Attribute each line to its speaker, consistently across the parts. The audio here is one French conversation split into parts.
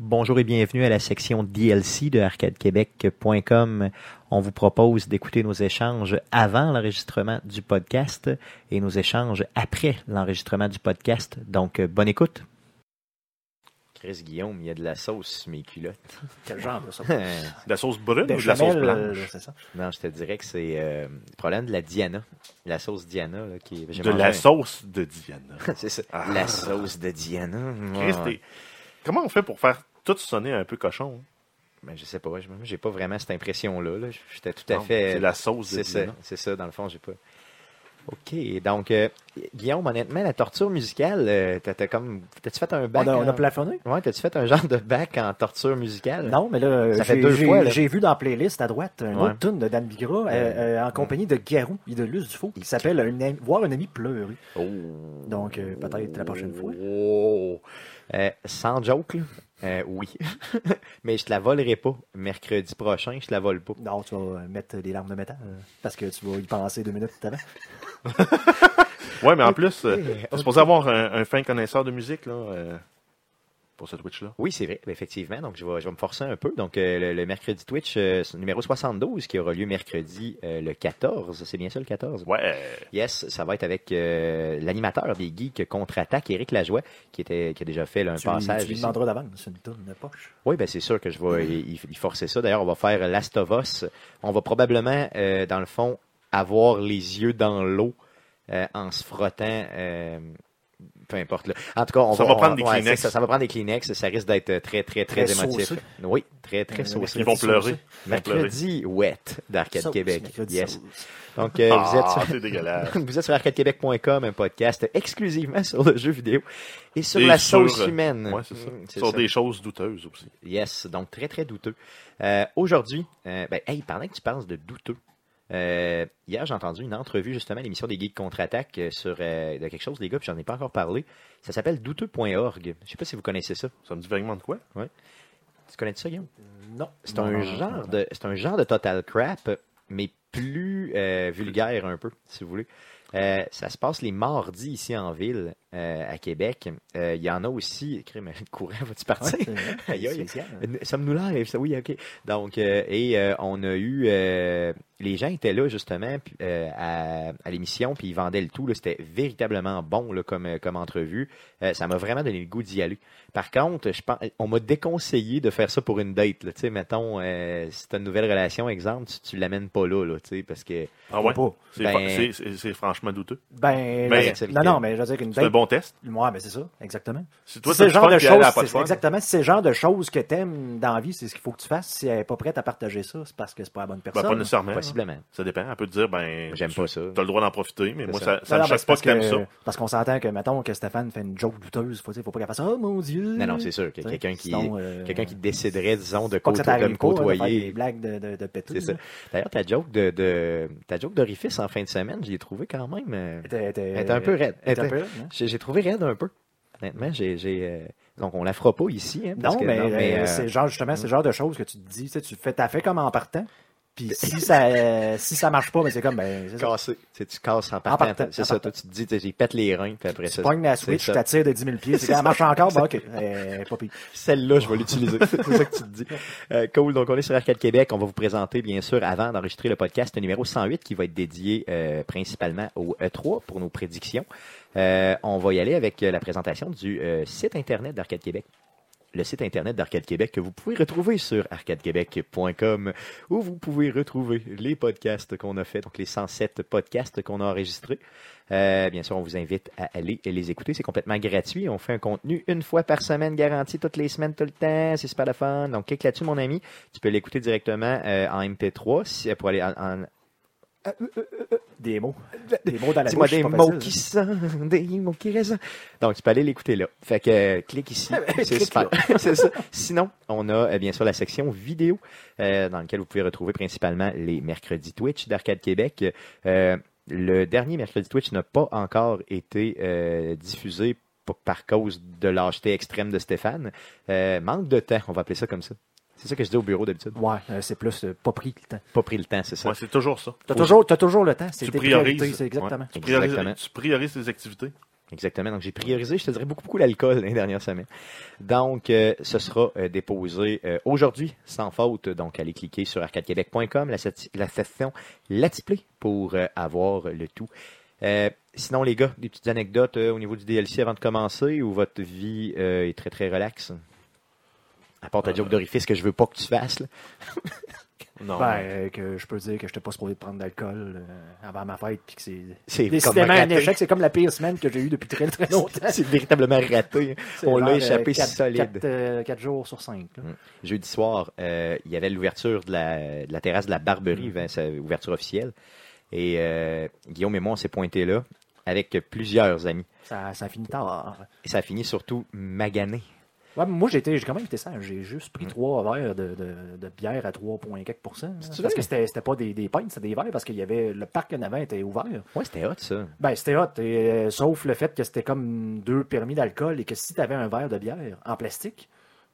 Speaker 1: Bonjour et bienvenue à la section DLC de arcadequebec.com. On vous propose d'écouter nos échanges avant l'enregistrement du podcast et nos échanges après l'enregistrement du podcast. Donc, euh, bonne écoute. Chris Guillaume, il y a de la sauce sur mes culottes.
Speaker 2: Quel genre de sauce?
Speaker 1: non,
Speaker 2: De la sauce brune
Speaker 3: Ben,
Speaker 2: ou de la
Speaker 1: Béchamel,
Speaker 2: sauce
Speaker 1: euh,
Speaker 2: blanche? c'est ça.
Speaker 1: je te dirais que c'est euh, le problème de la Diana. La sauce Diana. Là, qui, j'ai
Speaker 2: De
Speaker 1: mangé
Speaker 2: la
Speaker 1: un-
Speaker 2: sauce de Diane.
Speaker 1: C'est ça. La sauce de Diana.
Speaker 2: Chris,
Speaker 1: Ouais.
Speaker 2: t'es- comment on fait pour faire tout sonner un peu cochon? hein?
Speaker 1: Ben, je sais pas, je j'ai pas vraiment cette impression-là. là. J'étais tout à
Speaker 2: Non,
Speaker 1: fait.
Speaker 2: C'est la sauce de
Speaker 1: C'est ça,
Speaker 2: Diane.
Speaker 1: c'est ça, dans le fond, j'ai pas. OK, donc, euh, Guillaume, honnêtement, la torture musicale, euh, t'as, t'as comme. T'as-tu fait un bac?
Speaker 3: On a, on a
Speaker 1: en-
Speaker 3: plafonné?
Speaker 1: Ouais, t'as-tu fait un genre de bac en torture musicale?
Speaker 3: Non, mais là,
Speaker 1: Ça fait
Speaker 3: j'ai-
Speaker 1: deux
Speaker 3: j'ai-
Speaker 1: fois, là.
Speaker 3: j'ai vu dans la playlist à droite un
Speaker 1: Ouais.
Speaker 3: autre tune de Dan Bigra euh,
Speaker 1: Euh,
Speaker 3: euh, en compagnie de Garou, idolus du faux, qui s'appelle Un ami- Voir un ami pleurer.
Speaker 1: Oh.
Speaker 3: Donc, euh, peut-être la prochaine fois.
Speaker 1: Oh. Euh, sans joke, là, euh, oui. Mais je te la volerai pas. Mercredi prochain, je te la vole pas.
Speaker 3: Non, tu vas mettre des larmes de métal euh, parce que tu vas y penser deux minutes avant.
Speaker 2: Ouais, mais en plus, euh,
Speaker 1: Eh,
Speaker 2: t'es supposé avoir un, un fin connaisseur de musique là, euh, pour ce Twitch-là.
Speaker 1: Oui, c'est vrai, effectivement. Donc, je vais, je vais me forcer un peu. Donc, euh, le, le mercredi Twitch, euh, c'est le numéro 72, qui aura lieu mercredi euh, le 14. C'est bien ça, le 14?
Speaker 2: Ouais.
Speaker 1: Yes, ça va être avec euh, l'animateur des geeks contre-attaque, Éric Lajoie, qui, était, qui a déjà fait là, un
Speaker 3: tu, lui-
Speaker 1: passage.
Speaker 3: tu lui
Speaker 1: ici.
Speaker 3: demanderas Mm-hmm. d'avance une tune de poche.
Speaker 1: Oui, ben c'est sûr que je vais y, y- y forcer ça. D'ailleurs, on va faire Last of Us. On va probablement, euh, dans le fond, avoir les yeux dans l'eau euh, en se frottant. euh, peu importe. là. En tout cas, on
Speaker 2: Ça va prendre des Kleenex.
Speaker 1: c'est Ça, ça va prendre des Kleenex. Ça risque d'être euh, très, très, très,
Speaker 3: Très
Speaker 1: émotif.
Speaker 3: saucé.
Speaker 1: Oui, très, très
Speaker 3: Euh,
Speaker 1: saucé.
Speaker 2: Ils vont
Speaker 3: Sauce,
Speaker 2: pleurer.
Speaker 3: sauce.
Speaker 2: Ils vont pleurer.
Speaker 1: Mercredi, wet d'Arcade
Speaker 3: Sauce,
Speaker 1: Québec.
Speaker 3: mercredi
Speaker 1: Yes.
Speaker 3: sauce.
Speaker 1: Donc, euh, vous êtes
Speaker 2: Ah,
Speaker 1: sur-
Speaker 2: c'est dégueulasse.
Speaker 1: vous êtes sur arcadequebec.com, un podcast exclusivement sur le jeu vidéo et sur
Speaker 2: Et
Speaker 1: la
Speaker 2: sur,
Speaker 1: sauce
Speaker 2: euh,
Speaker 1: humaine.
Speaker 2: Ouais, c'est ça.
Speaker 1: Mm, c'est
Speaker 2: Sur
Speaker 1: ça.
Speaker 2: des choses douteuses aussi.
Speaker 1: Yes, donc très très douteux. Euh, Aujourd'hui, euh, ben, hey, pendant que tu parles de douteux, euh, hier j'ai entendu une entrevue justement à l'émission des Geeks contre-attaque euh, sur euh, de quelque chose, les gars, puis j'en ai pas encore parlé. Ça s'appelle douteux.org. Je sais pas si vous connaissez ça.
Speaker 2: Ça me dit vaguement de quoi?
Speaker 1: Tu connais ça, Guillaume?
Speaker 3: Euh, Non.
Speaker 1: C'est
Speaker 3: Non,
Speaker 1: un
Speaker 3: non, non, non,
Speaker 1: genre
Speaker 3: non.
Speaker 1: de c'est un genre de total crap, mais plus euh, vulgaire un peu, si vous voulez. Euh, ça se passe les mardis ici en ville, euh, à Québec. Euh, Il y en a aussi. Crime, courant, vas-tu
Speaker 3: Ouais,
Speaker 1: partir?
Speaker 3: c'est-
Speaker 1: Aïe, aïe.
Speaker 3: c'est spécial.
Speaker 1: Euh, N- Sommes-nous live? Ça, oui, OK. Donc, euh, et euh, on a eu... euh, les gens étaient là, justement, puis, euh, à, à l'émission, puis ils vendaient le tout. là. C'était véritablement bon là, comme, euh, comme entrevue. Euh, ça m'a vraiment donné le goût d'y aller. Par contre, je pense, on m'a déconseillé de faire ça pour une date. là. Tu sais, mettons, euh, si tu une nouvelle relation, exemple, tu, tu l'amènes pas là, là, tu sais, parce que...
Speaker 2: Ah ouais?
Speaker 3: Pas.
Speaker 2: C'est
Speaker 1: Ben-
Speaker 2: fa- c'est- c'est c'est franchement douteux.
Speaker 3: Ben,
Speaker 2: Ben,
Speaker 3: là,
Speaker 1: c'est
Speaker 3: non, non, mais je veux dire, une
Speaker 2: C'est un
Speaker 1: Ben,
Speaker 3: date.
Speaker 2: bon test.
Speaker 3: Ouais, mais c'est ça, exactement.
Speaker 2: Si
Speaker 3: C'est
Speaker 2: toi,
Speaker 3: ce
Speaker 2: t'as du
Speaker 3: genre
Speaker 2: fun
Speaker 3: de
Speaker 2: puis elle, elle a pas de
Speaker 3: choses, c'est-
Speaker 2: fun,
Speaker 3: exactement, c'est ce genre de choses que t'aimes dans la vie, c'est ce qu'il faut que tu fasses. Si elle n'est pas prête à partager ça, c'est parce que c'est pas la bonne
Speaker 2: ben,
Speaker 3: personne.
Speaker 2: pas nécessairement. hein.
Speaker 1: Possiblement.
Speaker 2: Ça dépend. Elle peut te dire, ben,
Speaker 1: J'aime
Speaker 2: tu
Speaker 1: pas ça.
Speaker 2: as le droit d'en profiter, mais
Speaker 1: C'est
Speaker 2: moi,
Speaker 1: ça.
Speaker 2: ça ça
Speaker 3: Non, non,
Speaker 2: me
Speaker 3: mais
Speaker 2: choque
Speaker 3: c'est
Speaker 2: pas que
Speaker 3: parce
Speaker 2: t'aimes ça.
Speaker 3: Parce qu'on s'entend que, mettons, que Stéphane fait une joke douteuse, faut, faut pas qu'elle fasse Oh mon Dieu!
Speaker 1: Non, non, c'est sûr que quelqu'un qui... Quelqu'un qui déciderait, disons, de,
Speaker 3: euh, Pas que ça
Speaker 1: côto- de me
Speaker 3: t'arrive pas, hein, de
Speaker 1: côtoyer.
Speaker 3: faire des blagues de, de, de péteux,
Speaker 1: C'est ça.
Speaker 3: là.
Speaker 1: D'ailleurs, ta joke de, de ta joke d'orifice en fin de semaine, je l'ai trouvé quand même. euh,
Speaker 3: T'es- t'es-
Speaker 1: Elle était un peu raide.
Speaker 3: t'es
Speaker 1: Elle
Speaker 3: un
Speaker 1: était-
Speaker 3: peu raide, hein?
Speaker 1: J'ai j'ai trouvé raide un peu. Honnêtement, j'ai. j'ai, euh, Donc, on la fera pas ici. hein, parce
Speaker 3: Non,
Speaker 1: que-
Speaker 3: mais,
Speaker 1: non, mais,
Speaker 3: euh,
Speaker 1: euh,
Speaker 3: c'est genre, justement, c'est le genre de choses que tu te dis, tu sais, tu fais ta fait comme en partant, puis si ça, euh, si ça marche pas, mais c'est comme, ben, c'est ça.
Speaker 1: cassé. Tu sais, tu casses en partant.
Speaker 3: partant,
Speaker 1: c'est
Speaker 3: en
Speaker 1: ça.
Speaker 3: partant.
Speaker 1: Toi, tu te dis, tu sais, j'y pète les reins, puis après Ben,
Speaker 3: Tu
Speaker 1: ça.
Speaker 3: pognes la
Speaker 1: c'est
Speaker 3: Switch, tu
Speaker 1: ça.
Speaker 3: t'attires de 10 000 pieds, c'est quand elle marche encore, ben ok, euh, pas pire.
Speaker 1: Celle-là, je vais l'utiliser. c'est ça que tu te dis. Euh, cool. Donc, on est sur Arcade Québec. On va vous présenter, bien sûr, avant d'enregistrer le podcast, le numéro 108 qui va être dédié euh, principalement au E3 pour nos prédictions. Euh, on va y aller avec euh, la présentation du euh, site Internet d'Arcade Québec. Le site Internet d'Arcade Québec que vous pouvez retrouver sur arcadequebec.com où vous pouvez retrouver les podcasts qu'on a fait, donc les 107 podcasts qu'on a enregistrés. Euh, bien sûr, on vous invite à aller les écouter. C'est complètement gratuit. On fait un contenu une fois par semaine, garanti, toutes les semaines, tout le temps. C'est super le fun. Donc, clique là-dessus, mon ami. Tu peux l'écouter directement euh, en MP3 si, pour aller en. en-
Speaker 3: Des mots. Des mots dans la
Speaker 1: Dis-moi
Speaker 3: bouche,
Speaker 1: des
Speaker 3: c'est pas
Speaker 1: mots
Speaker 3: facile,
Speaker 1: qui sont, des mots qui résonnent. Donc, tu peux aller l'écouter là. Fait que euh, clique ici. C'est
Speaker 3: Ah, ben, Clique
Speaker 1: super. C'est ça. Sinon, on a euh, bien sûr la section vidéo euh, dans laquelle vous pouvez retrouver principalement les mercredis Twitch d'Arcade Québec. Euh, le dernier mercredi Twitch n'a pas encore été euh, diffusé p- par cause de lâcheté extrême de Stéphane. Euh, manque de temps, on va appeler ça comme ça. C'est ça que je dis au bureau d'habitude.
Speaker 3: hein. Ouais, euh, c'est plus euh, pas pris le temps.
Speaker 1: Pas pris le temps, c'est ça.
Speaker 2: Ouais, c'est toujours ça.
Speaker 3: T'as
Speaker 1: Faut-
Speaker 3: toujours, t'as toujours le temps, c'est
Speaker 2: Tu
Speaker 3: tes
Speaker 2: priorises.
Speaker 3: priorités, c'est
Speaker 2: Ouais.
Speaker 3: exactement.
Speaker 2: Tu priorises,
Speaker 1: Exactement.
Speaker 2: tu priorises tes activités.
Speaker 1: Exactement. Donc, j'ai priorisé, je te dirais, beaucoup, beaucoup l'alcool dans les dernières semaines. Donc, euh, ce sera euh, déposé euh, aujourd'hui, sans faute. Donc, allez cliquer sur arcadequebec.com, la, sati- la section Latiplay pour euh, avoir le tout. Euh, sinon, les gars, des petites anecdotes euh, au niveau du DLC avant de commencer ou votre vie euh, est très, très relaxe? À part ta joke d'orifice que je veux pas que tu fasses. là.
Speaker 2: Non.
Speaker 3: Ben, euh, que je peux dire que je n'étais pas supposé de prendre d'alcool euh, avant ma fête, puis que c'est
Speaker 1: C'est comme
Speaker 3: décidément un
Speaker 1: raté.
Speaker 3: échec. C'est comme la pire semaine que j'ai eue depuis très très longtemps. euh,
Speaker 1: C'est véritablement raté. On l'a échappé solide.
Speaker 3: 4, euh, jours sur 5.
Speaker 1: jeudi soir, euh, il y avait l'ouverture de la, de la terrasse de la Barberie, hein, sa ouverture officielle. Et euh, Guillaume et moi, on s'est pointés là avec plusieurs amis.
Speaker 3: Ça, ça finit tard.
Speaker 1: Et ça a fini surtout magané.
Speaker 3: Ouais, mais moi, j'ai été- j'ai quand même été sage. J'ai juste pris trois verres de, de- de bière à 3,4 hein,
Speaker 1: C'est-tu
Speaker 3: Parce
Speaker 1: vrai?
Speaker 3: que c'était c'était pas des, des pintes, c'était des verres parce qu'il y avait le parc en avant était ouvert.
Speaker 1: Ouais, c'était hot, ça.
Speaker 3: Ben, c'était hot, et, euh, sauf le fait que c'était comme deux permis d'alcool et que si tu avais un verre de bière en plastique,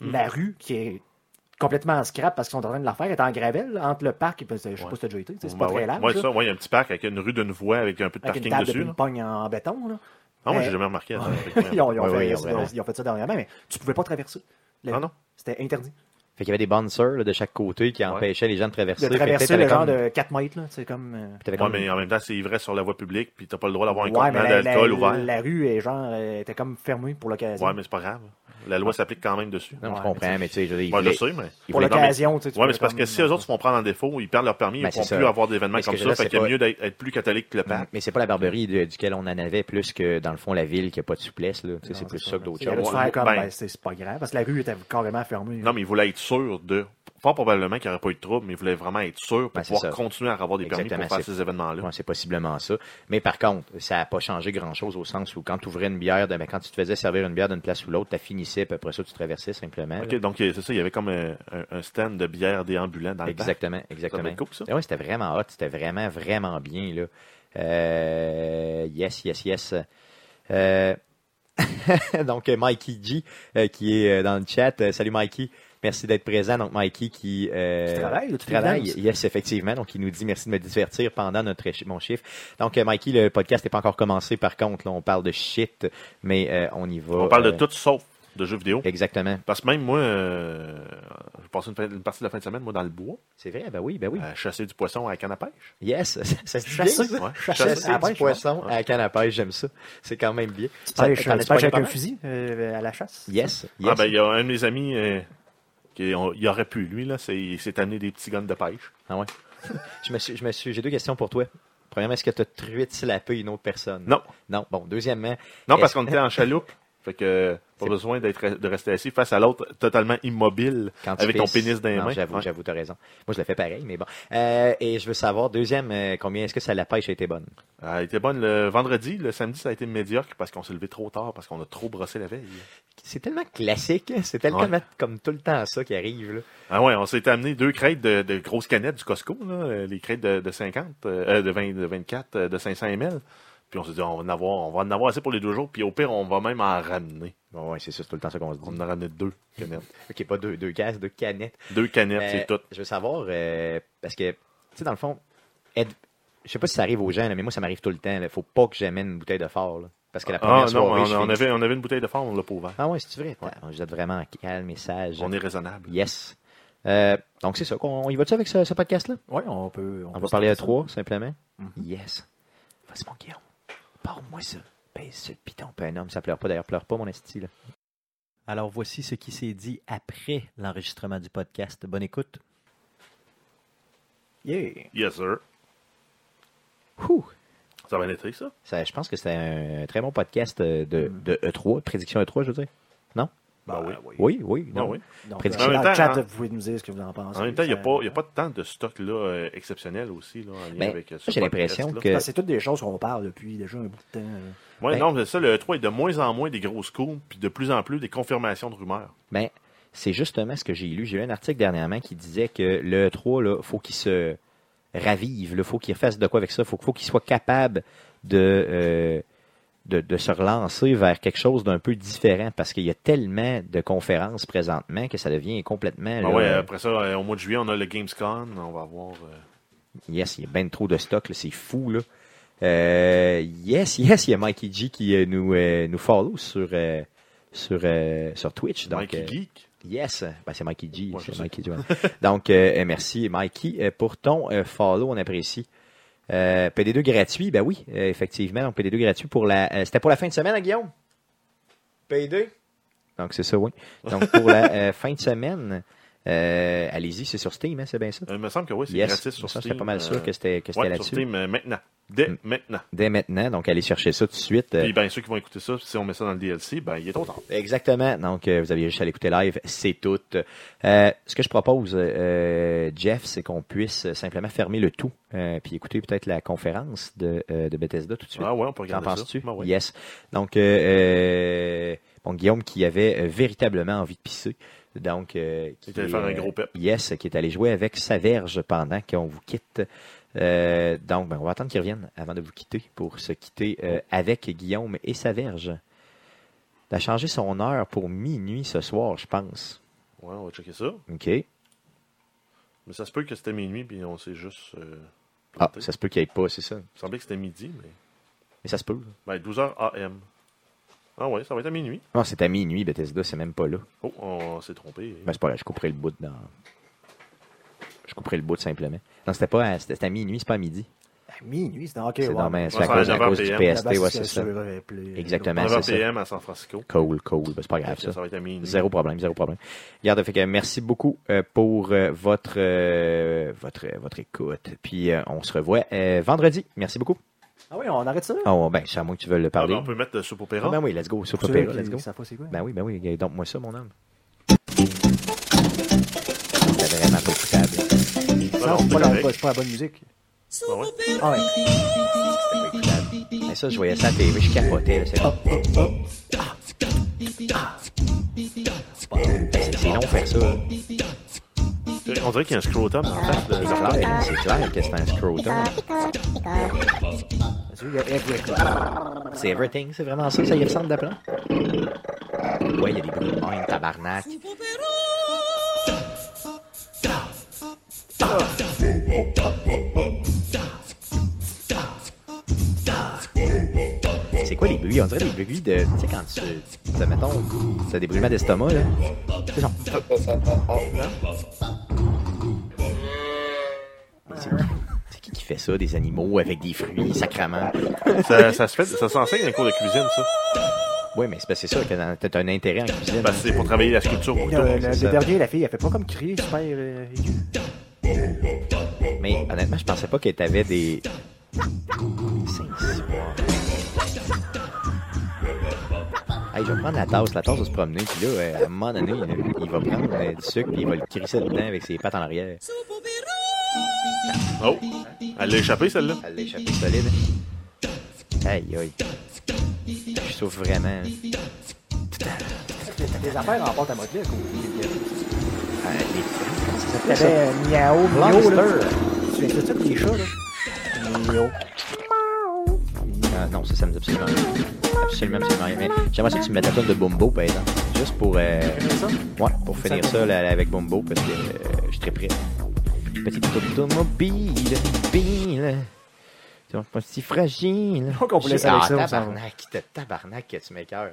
Speaker 2: Hmm.
Speaker 3: la rue qui est complètement en scrap parce qu'ils sont en train de la faire est en gravelle entre le parc et je sais pas
Speaker 2: Ouais.
Speaker 3: si t'as déjà été, tu sais, c'est
Speaker 2: Ben
Speaker 3: pas très
Speaker 2: ouais.
Speaker 3: large.
Speaker 2: Ouais,
Speaker 3: là,
Speaker 2: ça, ouais, il y a un petit parc avec une rue d'une voie avec un peu de
Speaker 3: avec une
Speaker 2: parking
Speaker 3: table
Speaker 2: dessus.
Speaker 3: de
Speaker 2: là.
Speaker 3: ping-pong en béton. Là.
Speaker 2: Ah, moi, j'ai
Speaker 3: Euh,
Speaker 2: jamais remarqué. attends,
Speaker 3: ils, ont, ils ont
Speaker 1: Ouais,
Speaker 3: fait,
Speaker 1: ouais,
Speaker 3: ils
Speaker 1: ils
Speaker 3: ont-
Speaker 1: ont vraiment-
Speaker 3: ils ont fait ça dernièrement, mais tu pouvais pas traverser. la
Speaker 2: Non,
Speaker 3: rue.
Speaker 2: non.
Speaker 3: C'était interdit.
Speaker 1: Fait qu'il y avait des bouncers là, de chaque côté qui empêchaient les gens de traverser.
Speaker 3: De
Speaker 1: Fait que
Speaker 3: traverser
Speaker 1: t'avais
Speaker 3: le genre
Speaker 1: comme-
Speaker 3: de 4 mètres, là, c'est comme... euh,
Speaker 1: t'avais
Speaker 2: Ouais,
Speaker 1: comme-
Speaker 2: mais en même temps, c'est vrai sur la voie publique, puis t'as pas le droit d'avoir un
Speaker 3: ouais,
Speaker 2: contenant
Speaker 3: mais la,
Speaker 2: d'alcool
Speaker 3: la-
Speaker 2: ouvert.
Speaker 3: la rue est genre, euh, était comme fermée pour l'occasion.
Speaker 2: Ouais, mais c'est pas grave. La loi s'applique quand même dessus.
Speaker 1: Non, je
Speaker 3: Ouais,
Speaker 1: comprends, mais tu sais, je veux dire, ils
Speaker 2: Moi, je
Speaker 1: voulaient-
Speaker 2: sais, mais.
Speaker 1: ils
Speaker 3: pour
Speaker 1: voulaient-
Speaker 2: non, mais-
Speaker 3: l'occasion, tu sais. tu
Speaker 2: Ouais,
Speaker 3: peux
Speaker 2: mais c'est parce que
Speaker 3: comme-
Speaker 2: si eux autres se font prendre en défaut, ils perdent leur permis, ils
Speaker 1: Ben,
Speaker 2: ne
Speaker 1: c'est
Speaker 2: pourront
Speaker 1: ça.
Speaker 2: plus avoir d'événements
Speaker 1: Mais ce
Speaker 2: comme
Speaker 1: que
Speaker 2: ça.
Speaker 1: là,
Speaker 2: Fait
Speaker 1: c'est
Speaker 2: qu'il est
Speaker 1: pas-
Speaker 2: mieux d'être d'être plus catholique que le
Speaker 1: Mm.
Speaker 2: pape.
Speaker 1: Mais c'est pas la Barberie de- duquel on en avait, plus que dans le fond, la ville qui a pas de souplesse. là. Tu sais,
Speaker 3: Non,
Speaker 1: C'est plus
Speaker 3: c'est
Speaker 1: ça que d'autres
Speaker 3: Il aurait
Speaker 1: choses.
Speaker 3: dû
Speaker 2: Ouais,
Speaker 3: faire comme,
Speaker 2: ben-
Speaker 3: ben, c'est c'est pas grave, parce que la rue était carrément fermée.
Speaker 2: Non, mais ils voulaient être sûrs de. Pas probablement qu'il n'y aurait pas eu de trouble, mais ils voulaient vraiment être sûrs pour
Speaker 1: Ben, c'est
Speaker 2: pouvoir
Speaker 1: ça.
Speaker 2: continuer à avoir des permis
Speaker 1: Exactement,
Speaker 2: pour faire
Speaker 1: c'est-
Speaker 2: ces événements-là.
Speaker 1: Ouais, c'est possiblement ça. Mais par contre, ça n'a pas changé grand-chose au sens où quand tu ouvrais une bière, de- ben, quand tu te faisais servir une bière d'une place ou l'autre, tu finissais, puis après ça, tu traversais simplement. là.
Speaker 2: OK, donc euh, c'est ça, il y avait comme un, un- un stand de bière déambulant dans le parc.
Speaker 1: Exactement,
Speaker 2: Ça doit
Speaker 1: exactement.
Speaker 2: être cool, ça.
Speaker 1: Ah ouais, c'était vraiment hot, c'était vraiment, vraiment bien. Là. Euh, yes, yes, yes. Euh, donc, euh, Mikey G, euh, qui est euh, dans le chat. Euh, salut Mikey, merci d'être présent. Donc, Mikey qui... euh,
Speaker 3: Tu travailles ou tu
Speaker 1: travaille.
Speaker 3: freelances?
Speaker 1: Yes, effectivement. Donc, il nous dit merci de me divertir pendant notre éch- mon chiffre. Donc, euh, Mikey, le podcast n'est pas encore commencé. Par contre, là, on parle de shit, mais euh, on y va.
Speaker 2: On parle de
Speaker 1: euh,
Speaker 2: tout sauf de jeux vidéo.
Speaker 1: Exactement.
Speaker 2: Parce que même moi, euh, j'ai passé une, fin- une partie de la fin de semaine, moi, dans le bois,
Speaker 1: C'est vrai, ben oui, ben oui.
Speaker 2: à chasser du poisson à la canne à pêche.
Speaker 1: Yes, ça, ça se dit bien,
Speaker 3: Chasser.
Speaker 1: ça.
Speaker 2: Ouais,
Speaker 3: Chasser.
Speaker 1: Chasser
Speaker 3: À la
Speaker 1: du
Speaker 3: pêche,
Speaker 1: poisson
Speaker 2: ouais.
Speaker 1: à la canne à pêche, j'aime ça. C'est quand même bien.
Speaker 3: Tu
Speaker 1: Ça-
Speaker 3: pêches,
Speaker 1: t'en as-tu
Speaker 3: tu pêches
Speaker 1: pogné
Speaker 3: avec
Speaker 1: pas
Speaker 3: un
Speaker 1: mal?
Speaker 3: fusil euh, à la chasse?
Speaker 1: Yes, yes.
Speaker 2: Ah ben, il y a un de mes amis euh, qui on- il aurait pu, lui, là, c'est- il s'est amené des petits guns de pêche.
Speaker 1: Ah ouais. je me suis, je me suis, j'ai deux questions pour toi. Premièrement, est-ce que tu as trué de slapper une autre personne?
Speaker 2: Non.
Speaker 1: Non. Bon, deuxièmement,
Speaker 2: Non, parce
Speaker 1: Est-ce-
Speaker 2: qu'on était en chaloupe. Fait que euh, pas
Speaker 1: C'est-
Speaker 2: besoin d'être de rester assis face à l'autre totalement immobile
Speaker 1: quand tu
Speaker 2: avec ton
Speaker 1: pisses-
Speaker 2: pénis dans les
Speaker 1: Non,
Speaker 2: mains.
Speaker 1: J'avoue,
Speaker 2: Ouais.
Speaker 1: j'avoue, t'as raison. Moi, je le fais pareil, mais bon. Euh, et je veux savoir, deuxième, euh, combien est-ce que ça, la pêche a été bonne?
Speaker 2: Elle était bonne le vendredi, le samedi ça a été médiocre parce qu'on s'est levé trop tard, parce qu'on a trop brossé la veille.
Speaker 1: C'est tellement classique, hein, c'est tellement
Speaker 2: Ouais.
Speaker 1: comme tout le temps ça qui arrive. Là.
Speaker 2: Ah ouais, on s'est amené deux crêtes de, de grosses canettes du Costco, là, euh, les crêtes de, de 50, euh, euh, de 20, de 24, euh, de 500 ml. Puis on s'est dit, on va, en avoir, on va en avoir assez pour les deux jours, puis au pire, on va même en ramener.
Speaker 1: Bon, ouais, c'est ça, c'est tout le temps ça qu'on se dit.
Speaker 2: On en a ramené deux canettes.
Speaker 1: Ok, pas deux, deux cases, deux canettes.
Speaker 2: Deux canettes,
Speaker 1: Euh,
Speaker 2: c'est tout.
Speaker 1: Je veux savoir, euh, parce que, tu sais, dans le fond, êtes- je sais pas si ça arrive aux gens, là, mais moi, ça m'arrive tout le temps. Il faut pas que j'amène une bouteille de fort. là. parce que la première
Speaker 2: Ah non,
Speaker 1: soirée,
Speaker 2: on,
Speaker 1: je
Speaker 2: on
Speaker 1: finis-
Speaker 2: avait, on avait une bouteille de fort, on l'a pas ouvert.
Speaker 1: Ah ouais, c'est vrai. Attends, Vous êtes vraiment calme et sage.
Speaker 2: On est raisonnable.
Speaker 1: Yes. Euh, donc, c'est ça. On, on y va-tu avec ce, ce podcast-là?
Speaker 3: Oui, on peut.
Speaker 1: On
Speaker 3: peut
Speaker 1: va
Speaker 3: se
Speaker 1: parler à
Speaker 3: ça.
Speaker 1: trois, simplement.
Speaker 3: Mhm.
Speaker 2: Mm-hmm.
Speaker 1: Yes. Vas-y, mon Guillaume. Parle-moi ça. Pèse sur le piton. Pas un homme, ça pleure pas. D'ailleurs, pleure pas, mon esti. là. Alors, voici ce qui s'est dit après l'enregistrement du podcast. Bonne écoute.
Speaker 3: Yeah.
Speaker 2: Yes, sir.
Speaker 1: Ouh.
Speaker 2: Ça va été, ça?
Speaker 1: Ça, je pense que c'était un très bon podcast euh, de, de E3, prédiction E3, je veux dire.
Speaker 2: Ben oui.
Speaker 1: Oui, oui.
Speaker 2: Non,
Speaker 1: non.
Speaker 2: oui.
Speaker 3: Donc,
Speaker 1: Prédiction.
Speaker 3: euh,
Speaker 2: En
Speaker 3: dans le
Speaker 2: même temps,
Speaker 3: chat,
Speaker 2: en-
Speaker 3: vous pouvez nous dire ce que vous en pensez.
Speaker 2: En même temps, il n'y a,
Speaker 3: Ça-
Speaker 2: pas- il y a pas tant de stock là, euh, exceptionnel aussi là, en lien
Speaker 1: Ben,
Speaker 2: avec euh, ce
Speaker 1: J'ai
Speaker 2: podcast,
Speaker 1: l'impression
Speaker 2: là.
Speaker 1: que.
Speaker 3: Parce que Ah, C'est toutes des choses qu'on parle depuis déjà un bout de temps. là.
Speaker 2: Ouais,
Speaker 1: Ben-
Speaker 2: non, c'est ça, le 3 est de moins en moins des grosses coups, puis de plus en plus des confirmations de rumeurs.
Speaker 1: Ben, c'est justement ce que j'ai lu. J'ai lu un article dernièrement qui disait que le 3, là, faut qu'il se ravive, là, faut qu'il fasse de quoi avec ça, faut, faut qu'il soit capable de, euh, de, de se relancer vers quelque chose d'un peu différent parce qu'il y a tellement de conférences présentement que ça devient complètement.
Speaker 2: Ben
Speaker 1: là,
Speaker 2: ouais,
Speaker 1: euh,
Speaker 2: après ça, euh, au mois de juillet, on a le Gamescom, on va avoir... euh,
Speaker 1: ben Yes, il y a bien trop de stock, là, c'est fou. Là. Euh, yes, yes, il y a Mikey G qui euh, nous, euh, nous follow sur, euh, sur, euh, sur Twitch. Donc,
Speaker 2: Mikey
Speaker 1: euh,
Speaker 2: Geek.
Speaker 1: Yes, ben, c'est Mikey G.
Speaker 2: Ouais, je
Speaker 1: c'est
Speaker 2: sais.
Speaker 1: Mikey G, ouais. Donc, euh, euh, merci Mikey euh, pour ton euh, follow, on apprécie. Euh, PD2 gratuit, ben oui, euh, effectivement. Donc, PD2 gratuit pour la. euh, C'était pour la fin de semaine, hein, Guillaume? PD2? Donc, c'est ça, oui. Donc, pour la euh, fin de semaine, euh, allez-y, c'est sur Steam, hein, c'est bien ça?
Speaker 2: Euh, Il me semble que oui, c'est
Speaker 1: Yes,
Speaker 2: gratis sur
Speaker 1: ça,
Speaker 2: Steam.
Speaker 1: j'étais pas mal sûr
Speaker 2: euh,
Speaker 1: que c'était que c'était
Speaker 2: ouais, sur
Speaker 1: là-dessus.
Speaker 2: Steam euh, maintenant. Dès
Speaker 1: Mm.
Speaker 2: maintenant.
Speaker 1: Dès maintenant, donc allez chercher ça tout de suite. euh,
Speaker 2: Puis ben, ceux qui vont écouter ça, si on met ça dans le DLC, ben il est trop tard.
Speaker 1: Exactement. Donc, euh, vous aviez juste à l'écouter live, c'est tout. Euh, ce que je propose, euh, Jeff, c'est qu'on puisse simplement fermer le tout, euh, puis écouter peut-être la conférence de, euh, de Bethesda tout de suite.
Speaker 2: Ah ouais, on peut
Speaker 1: Qu'en
Speaker 2: regarder ça.
Speaker 1: penses-tu?
Speaker 2: Ben ouais.
Speaker 1: Yes. Donc, euh, euh, bon, Guillaume qui avait euh, véritablement envie de pisser. Donc, euh, qui
Speaker 2: Il est allé faire un
Speaker 1: euh,
Speaker 2: gros pep.
Speaker 1: Yes, qui est allé jouer avec sa verge pendant qu'on vous quitte. Euh, donc, ben, on va attendre qu'il revienne avant de vous quitter pour se quitter euh, avec Guillaume et sa verge. Il a changé son heure pour minuit ce soir, je pense.
Speaker 2: Ouais, on va checker ça.
Speaker 1: OK.
Speaker 2: Mais ça se peut que c'était minuit, puis on s'est juste. euh,
Speaker 1: Ah,
Speaker 2: planté.
Speaker 1: ça se peut qu'il n'y ait pas, c'est ça.
Speaker 2: Il semblait que c'était midi, mais.
Speaker 1: Mais ça se peut.
Speaker 2: Ben, 12h AM. Ah ouais, ça va être à minuit.
Speaker 1: Non, c'est à minuit, Bethesda, c'est même pas là.
Speaker 2: Oh, on s'est trompé.
Speaker 1: Ben, c'est pas là, je couperai le bout dans. Je couperai le bout simplement. Non, c'était pas à, c'était c'était à minuit, c'est pas à midi.
Speaker 3: À minuit, c'est dans OK.
Speaker 1: C'est
Speaker 3: ouais.
Speaker 1: dans ma- c'est à
Speaker 2: Ouais, ça
Speaker 1: cause,
Speaker 2: va
Speaker 1: à
Speaker 2: être
Speaker 1: cause du
Speaker 2: 9
Speaker 3: La
Speaker 1: PST,
Speaker 3: base,
Speaker 1: ouais,
Speaker 3: c'est
Speaker 1: c'est ça.
Speaker 3: sur le replay.
Speaker 1: Exactement, ben, c'est
Speaker 2: 9h
Speaker 1: ça.
Speaker 2: PM à San Francisco.
Speaker 1: Cool, cool. Ben, c'est pas grave, ça.
Speaker 2: Ça va être à minuit.
Speaker 1: Zéro problème, zéro problème. Regarde, fait que merci beaucoup euh, pour euh, votre, euh, votre, euh, votre écoute. Puis euh, on se revoit euh, vendredi. Merci beaucoup.
Speaker 3: Ah oui, on arrête ça là?
Speaker 1: Oh, ben, c'est à moi que tu veux le
Speaker 2: Ah,
Speaker 1: parler.
Speaker 2: ben, on peut mettre le soupe opéra.
Speaker 1: Ah, ben oui, let's go. Super
Speaker 3: Pour ceux
Speaker 1: Perry,
Speaker 3: qui
Speaker 1: let's go.
Speaker 3: savent pas c'est quoi.
Speaker 1: Ben oui, ben oui, donc moi ça, mon homme. C'est vraiment pas écoutable.
Speaker 3: Non,
Speaker 2: Ah, non,
Speaker 3: c'est pas, la,
Speaker 2: correct.
Speaker 3: c'est pas la bonne musique.
Speaker 2: Ah ouais.
Speaker 3: Ah ouais.
Speaker 1: Mais ça, je voyais ça à la TV, je capotais. là, c'est- C'est c'est long faire ça. là.
Speaker 2: Euh, On dirait qu'il y a un scrotum en face de
Speaker 1: C'est clair, c'est clair que c'est un scrotum.
Speaker 3: Parce qu'il y a Everett.
Speaker 1: C'est everything, c'est vraiment ça, ça y ressemble d'aplomb. Ouais, il y a des bruits de même, tabarnak. C'est quoi les bruits? On dirait des bruits de. Tu sais, quand tu. tu sais, mettons, c'est des brûlements d'estomac, là. C'est genre. C'est qui- c'est qui qui fait ça, des animaux avec des fruits, sacrament?
Speaker 2: Ça, ça se fait, ça s'enseigne dans les cours de cuisine, ça.
Speaker 1: Oui, mais c'est parce que c'est sûr que dans- t'as un intérêt en cuisine.
Speaker 2: Ben, c'est pour travailler la sculpture au
Speaker 3: Le,
Speaker 2: couteau.
Speaker 3: le-
Speaker 1: c'est
Speaker 3: le
Speaker 1: ça.
Speaker 3: dernier, la fille, elle fait pas comme crier super euh, aigu.
Speaker 1: Mais honnêtement, je pensais pas que t'avais des. Hey, je vais prendre la tasse. La tasse va se promener. Puis là, euh, à un moment donné, là, il va prendre euh, du sucre puis il va le crisser dedans avec ses pattes en arrière.
Speaker 2: Oh! Elle l'a échappé, celle-là.
Speaker 1: Elle l'a échappé solide. hein. Aïe, aïe. Je souffre vraiment. Ah,
Speaker 3: T'as des affaires en porte à modeler, quoi.
Speaker 1: Ah, les- Comment ça s'appelait ça?
Speaker 3: T'avais euh, Miao, Miao, là.
Speaker 1: Lobster.
Speaker 3: Tu fais ça pour les chats, là. Miao.
Speaker 1: Ah, non, ça, ça me dit absolument rien. Absolument, absolument rien. Mais J'aimerais ça que tu me mettes la tonne de Bumbo, par exemple. Juste pour. euh,
Speaker 3: ça?
Speaker 1: Ouais, pour finir ça là, avec Bumbo, parce que euh, je suis très prêt. Petite automobile, bille. Tu vois, pas si fragile.
Speaker 3: crois qu'on vous laisse
Speaker 1: J'ai-
Speaker 3: avec
Speaker 1: ah,
Speaker 3: ça, on s'en va.
Speaker 1: tabarnak, de tabarnak que tu m'écœures.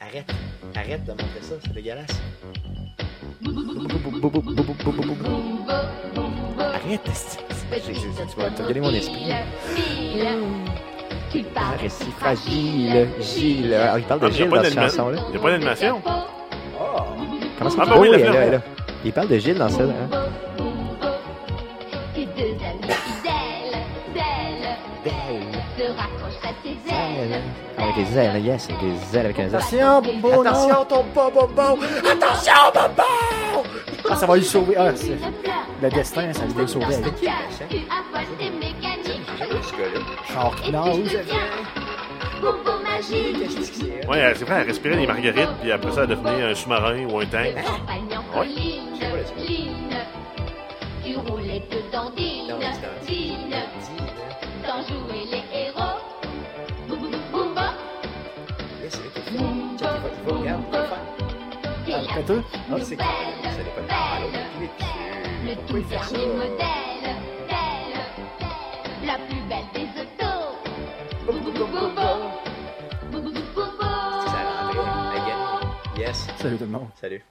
Speaker 1: Arrête, arrête de montrer ça, c'est dégueulasse. Arrête, c'est- c'est- c'est- tu vas te regarder mon esprit.
Speaker 4: Tu
Speaker 1: Paraît si fragile, Gilles. Ah, il parle de
Speaker 2: Ah, y a
Speaker 1: Gilles
Speaker 2: pas
Speaker 1: dans cette
Speaker 2: d'anima-
Speaker 1: chanson-là.
Speaker 2: y a pas d'animation.
Speaker 1: Comment ça
Speaker 2: Ah,
Speaker 1: s'appelle?
Speaker 2: bah oui,
Speaker 1: Oh,
Speaker 2: la
Speaker 1: elle est là,
Speaker 2: flamme.
Speaker 1: elle est là. Il parle de Gilles dans ça. Hein?
Speaker 4: Tes deux amis fidèles, d'elle, se raccrochent à tes ailes.
Speaker 1: Avec des ailes, yes, avec des ailes avec un Z.
Speaker 3: Attention, Bobo, Attention, ton pas, Bobo! Attention, Bobo! Ah, ça va lui sauver. Ah, c'est... Le destin, ça va lui sauver.
Speaker 4: Dans ce cœur, tu avoines tes mécaniques.
Speaker 3: Genre,
Speaker 4: Et
Speaker 3: non,
Speaker 4: puis je deviens Bobo magique.
Speaker 2: Ouais, elle- c'est vrai, elle respirait des marguerites, puis après ça, elle devenait un sous-marin ou un tank.
Speaker 4: Campagne en colline, ligne. Tu roulais de dandine, dine. T'en jouais les héros. Boum, boum, boum, boum. T'es la
Speaker 3: Après tout,
Speaker 4: nouvelle, belle. Le tout dernier modèle, belle. La plus belle des autos.
Speaker 5: boum, boum, boum, boum.
Speaker 4: Ça a rentré. Again. Yes.
Speaker 1: Salut tout le monde.
Speaker 4: Salut.